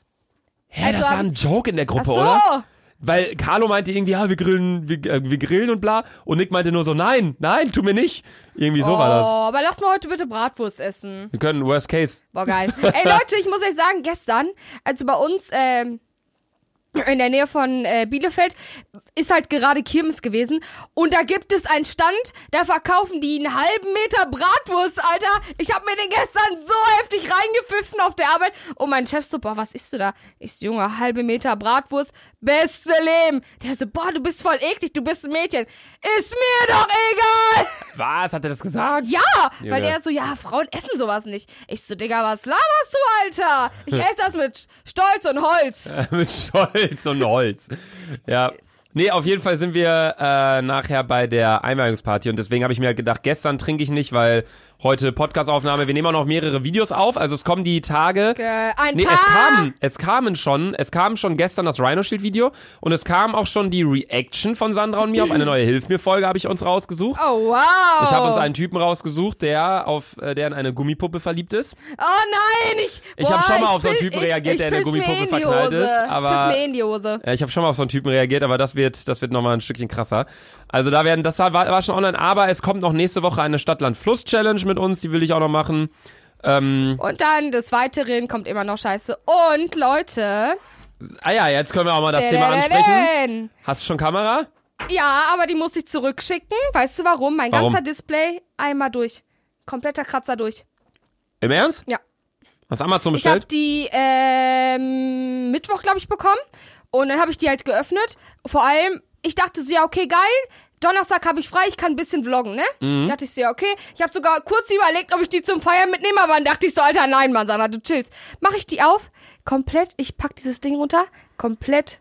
Hä, das
also
war
hab
ein Joke in der Gruppe,
Ach so.
oder? Weil Carlo meinte irgendwie, ja, wir grillen, wir, äh, wir grillen und bla. Und Nick meinte nur so, nein, nein, tu mir nicht. Irgendwie so
oh,
war das.
aber lass mal heute bitte Bratwurst essen.
Wir können Worst Case.
Boah, geil. Ey, Leute, ich muss euch sagen, gestern, also bei uns, ähm, in der Nähe von äh, Bielefeld ist halt gerade Kirmes gewesen und da gibt es einen Stand, da verkaufen die einen halben Meter Bratwurst, Alter. Ich habe mir den gestern so heftig reingepfiffen auf der Arbeit und mein Chef so, boah, was isst du da? Ich so, Junge, halbe Meter Bratwurst, beste Leben. Der so, boah, du bist voll eklig, du bist ein Mädchen. Ist mir doch egal.
Was? Hat er das gesagt?
Ja,
Junge.
weil der so, ja, Frauen essen sowas nicht. Ich so, Digga, was laberst du, Alter?
[LAUGHS]
Ich esse das mit Stolz und Holz.
[LAUGHS] Mit Stolz und Holz. Ja. Nee, auf jeden Fall sind wir äh, nachher bei der Einweihungsparty und deswegen habe ich mir halt gedacht, gestern trinke ich nicht, weil heute Podcastaufnahme, wir nehmen auch noch mehrere Videos auf, also es kommen die Tage.
Äh, ein
Nee,
paar.
es kamen, es kamen schon, es kam schon gestern das Rhino Shield Video und es kam auch schon die Reaction von Sandra und mir auf eine neue Hilf mir Folge habe ich uns rausgesucht.
Oh, wow.
Ich habe uns einen Typen rausgesucht, der auf äh, der in eine Gummipuppe verliebt ist.
Oh nein, ich.
Ich hab
Boah,
schon mal auf so einen
piss-
Typen
ich-
reagiert,
ich
der in eine
piss mir
Gummipuppe
in die
verknallt
Hose.
ist, aber-
Ich piss mir in die Hose.
Ja, Äh, ich habe schon mal auf so einen Typen reagiert, aber das wird, das wird nochmal ein Stückchen krasser. Also da werden, das war, war schon online, aber es kommt noch nächste Woche eine Stadtland-Fluss-Challenge mit uns, die will ich auch noch machen. Ähm,
Und dann des Weiteren kommt immer noch Scheiße. Und Leute.
ah ja, jetzt können wir auch mal das Thema ansprechen.
dadadadän.
Hast du schon Kamera?
Ja, aber die muss ich zurückschicken. Weißt du warum? Mein
Warum?
ganzer Display einmal durch. Kompletter Kratzer durch.
Im Ernst?
Ja.
Hast du Amazon
Ich habe
bestellt?
die ähm, Mittwoch, glaube ich, bekommen. Und dann habe ich die halt geöffnet. Vor allem, ich dachte so, ja, okay, geil. Donnerstag habe ich frei, ich kann ein bisschen vloggen, ne?
Mhm.
Da dachte ich so, ja, okay. Ich habe sogar kurz überlegt, ob ich die zum Feiern mitnehme, aber dann dachte ich so, Alter, nein, Mann, Sandra, du chillst. Mache ich die auf, komplett, ich pack dieses Ding runter, komplett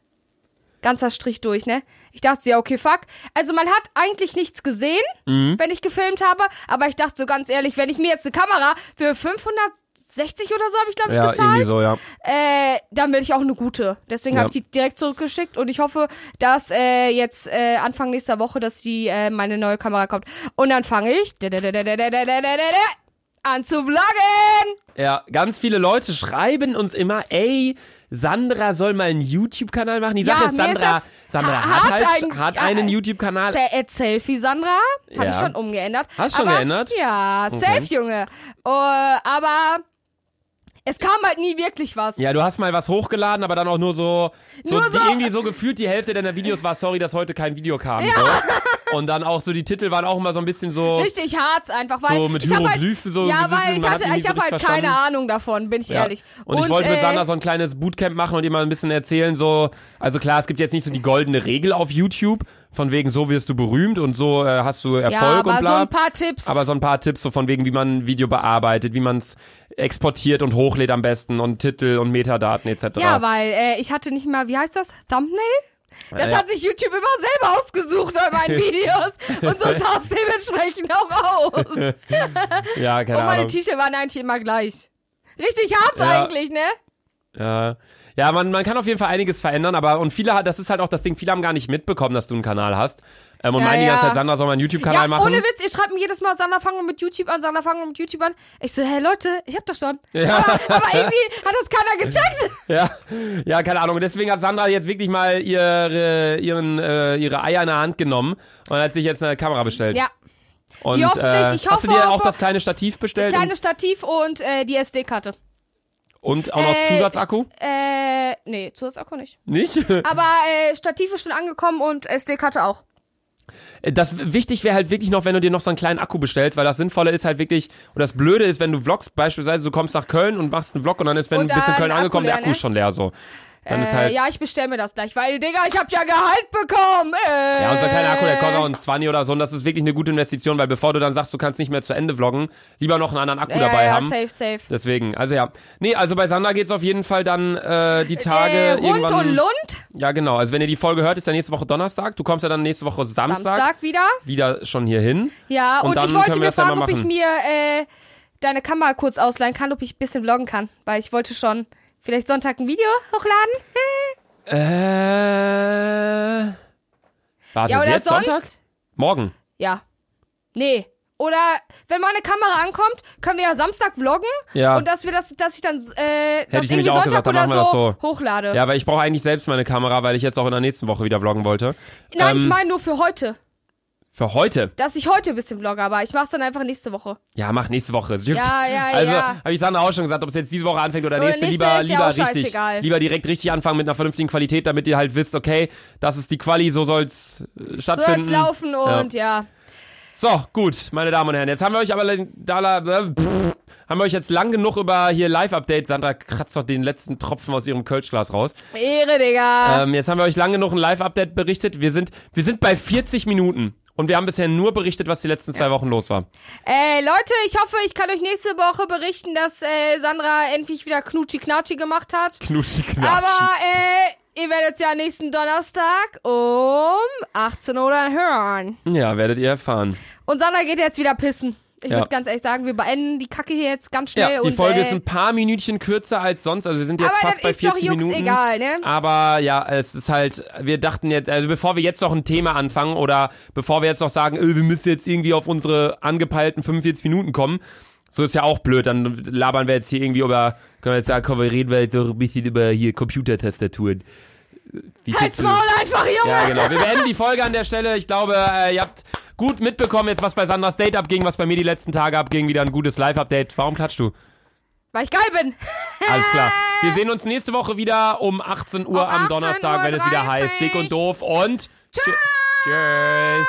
ganzer Strich durch, ne? Ich dachte so, ja, okay, fuck. Also man hat eigentlich nichts gesehen,
Mhm.
wenn ich gefilmt habe, aber ich dachte so ganz ehrlich, wenn ich mir jetzt eine Kamera für 560 oder so habe ich, glaube ich,
ja, irgendwie
gezahlt,
so, ja.
äh, dann will ich auch eine gute. Deswegen
Ja.
habe ich die direkt zurückgeschickt und ich hoffe, dass äh, jetzt äh, Anfang nächster Woche, dass die äh, meine neue Kamera kommt. Und dann fange ich an zu vloggen.
Ja, ganz viele Leute schreiben uns immer, ey, Sandra soll mal einen YouTube-Kanal machen. Die
Ja,
Sache ist,
mir ist
Sandra,
das-
Sandra
ha-
hat,
hat
halt,
ein-
hat
ja,
einen
äh,
YouTube-Kanal.
Se- äh, Selfie, Sandra. Habe
Ja.
ich schon umgeändert.
Hast schon
aber,
geändert?
Ja, safe, Junge. Äh, aber es kam halt nie wirklich was.
Ja, du hast mal was hochgeladen, aber dann auch nur so, so,
Nur so-
irgendwie so gefühlt die Hälfte deiner Videos war sorry, dass heute kein Video kam. So. Und dann auch so, die Titel waren auch immer so ein bisschen so.
Richtig hart einfach, weil
So mit
ich habe halt,
Hieroglyphen, so-
ja,
so-
weil ich
man hat
hatte,
ihn nie
ich
so
habe
richtig
halt keine
verstanden.
Ahnung davon, bin ich
Ja.
ehrlich.
Und, ich wollte
äh,
mit Sander so ein kleines Bootcamp machen und ihr mal ein bisschen erzählen, so, also klar, es gibt jetzt nicht so die goldene Regel auf YouTube, von wegen so wirst du berühmt und so äh, hast du Erfolg
ja, aber
und bla.
so ein paar Tipps.
aber so ein paar Tipps, so von wegen, wie man ein Video bearbeitet, wie man es exportiert und hochlädt am besten und Titel und Metadaten etc.
ja, weil äh, ich hatte nicht mal, wie heißt das? Thumbnail? Das
Ja.
hat sich YouTube immer selber ausgesucht
[LAUGHS]
bei meinen Videos. Und so sah es dementsprechend auch aus. Und
ja keine
meine
Ahnung.
T-Shirts waren eigentlich immer gleich. Richtig hart
Ja.
eigentlich, ne?
Ja, ja man, man kann auf jeden Fall einiges verändern, aber und viele, hat- das ist halt auch das Ding, viele haben gar nicht mitbekommen, dass du einen Kanal hast. Ähm, und
Ja,
meinen die ganze
ja.
Zeit, Sandra soll mal einen YouTube-Kanal
ja,
machen.
ohne Witz, ihr schreibt mir jedes Mal, Sander, fangen wir mit YouTube an, Sander, fangen wir mit YouTube an. Ich so, hey Leute, ich hab doch schon. Aber, aber irgendwie hat das keiner gecheckt.
[LAUGHS] Ja, ja, keine Ahnung. Und deswegen hat Sandra jetzt wirklich mal ihre, ihren, äh, ihre Eier in der Hand genommen und hat sich jetzt eine Kamera bestellt.
Ja,
und,
die hoffentlich-
äh,
ich
hast du
hoffe,
dir auch
hoffe-
das kleine Stativ bestellt
kleines Stativ und äh, die SD-Karte.
und, und auch noch
Äh,
Zusatzakku?
Äh, nee, Zusatzakku nicht.
Nicht?
[LAUGHS] Aber äh, Stativ ist schon angekommen und SD-Karte auch.
Das wichtig wäre halt wirklich noch, wenn du dir noch so einen kleinen Akku bestellst, weil das Sinnvolle ist halt wirklich, und das Blöde ist, wenn du vlogs, beispielsweise, du kommst nach Köln und machst einen Vlog und dann ist, wenn
Und
du bist in
dann
Köln
Akku
angekommen, der
leer,
Akku
ne?
ist schon leer so. Dann ist
Äh,
halt.
ja, ich bestell mir das gleich, weil, Digga, ich hab ja Gehalt bekommen. Äh,
Ja, unser kleiner Akku, der kostet auch einen 20 oder so. Und das ist wirklich eine gute Investition, weil bevor du dann sagst, du kannst nicht mehr zu Ende vloggen, lieber noch einen anderen Akku
ja,
dabei
ja,
haben.
safe, safe.
Deswegen, also ja. Nee, also bei Sander geht's auf jeden Fall dann äh, die Tage
äh, rund
irgendwann.
und Lund,
ja, genau. Also wenn ihr die Folge hört, ist ja nächste Woche Donnerstag. Du kommst ja dann nächste Woche Samstag,
Samstag wieder.
wieder schon hier hin.
Ja,
Und
und,
dann
ich wollte
können wir
mir
das ja mal
fragen, ob ich
machen.
mir äh, deine Kamera kurz ausleihen kann, ob ich ein bisschen vloggen kann. Weil ich wollte schon vielleicht Sonntag ein Video hochladen.
Äh. Warte, Äh,
ja,
ist
oder
jetzt
sonst.
Sonntag? Morgen.
Ja. Nee. Oder wenn meine Kamera ankommt, können wir ja Samstag vloggen
Ja.
und dass wir das, dass ich dann äh, das
ich nämlich
irgendwie
auch
Sonntag
gesagt, dann
oder
machen wir das so.
hochlade.
Ja, weil ich brauche eigentlich selbst meine Kamera, weil ich jetzt auch in der nächsten Woche wieder vloggen wollte.
Nein, ich
Ähm,
meine nur für heute.
Für heute.
Dass ich heute ein bisschen vlogge, aber ich mach's dann einfach nächste Woche.
Ja, mach nächste Woche.
Ja, ja,
[LAUGHS] also,
ja.
habe ich Sandra auch schon gesagt, ob es jetzt diese Woche anfängt oder
Oder
nächste,
nächste
lieber,
ist ja
lieber
auch
richtig.
scheißegal.
Lieber direkt richtig anfangen mit einer vernünftigen Qualität, damit ihr halt wisst, okay, das ist die Quali, so soll's äh,
So
stattfinden.
jetzt laufen und ja.
So, gut, meine Damen und Herren. Jetzt haben wir euch aber le- da, la- äh, pff, haben wir euch jetzt lang genug über hier Live-Update. Sandra kratzt doch den letzten Tropfen aus ihrem Kölschglas raus.
Ehre, Digga.
Ähm, jetzt haben wir euch lang genug ein Live-Update berichtet. Wir sind, wir sind bei 40 Minuten. Und wir haben bisher nur berichtet, was die letzten zwei Wochen los war.
Äh, Leute, ich hoffe, ich kann euch nächste Woche berichten, dass äh, Sandra endlich wieder Knutschi-Knatschi gemacht hat.
Knutschig,
Aber äh, ihr werdet ja nächsten Donnerstag um 18 Uhr dann hören.
Ja, werdet ihr erfahren.
Und Sandra geht jetzt wieder pissen. Ich
Ja.
würde ganz ehrlich sagen, wir beenden die Kacke hier jetzt ganz schnell.
Ja, die
und,
Folge
äh,
ist ein paar Minütchen kürzer als sonst. Also wir sind jetzt
Aber
fast
das
bei
ist doch
40
Jux
Minuten. Ah,
egal, ne?
Aber ja, es ist halt, wir dachten jetzt, also bevor wir jetzt noch ein Thema anfangen oder bevor wir jetzt noch sagen, öh, wir müssen jetzt irgendwie auf unsere angepeilten 45 Minuten kommen, so ist ja auch blöd, dann labern wir jetzt hier irgendwie über, können wir jetzt sagen, komm, wir reden wir jetzt noch ein bisschen über hier Computertastaturen. Wie
Halt's
findest du-
Maul einfach, Junge!
ja, genau. Wir beenden die Folge an der Stelle. Ich glaube, äh, ihr habt gut mitbekommen jetzt, was bei Sandras Date abging, was bei mir die letzten Tage abging. Wieder ein gutes Live-Update. Warum klatschst du?
Weil ich geil bin.
Alles klar. Wir sehen uns nächste Woche wieder um 18 Uhr
Um
am Donnerstag, wenn es wieder
18:30.
heißt Dick und Doof und
Tschüss!
Tschüss.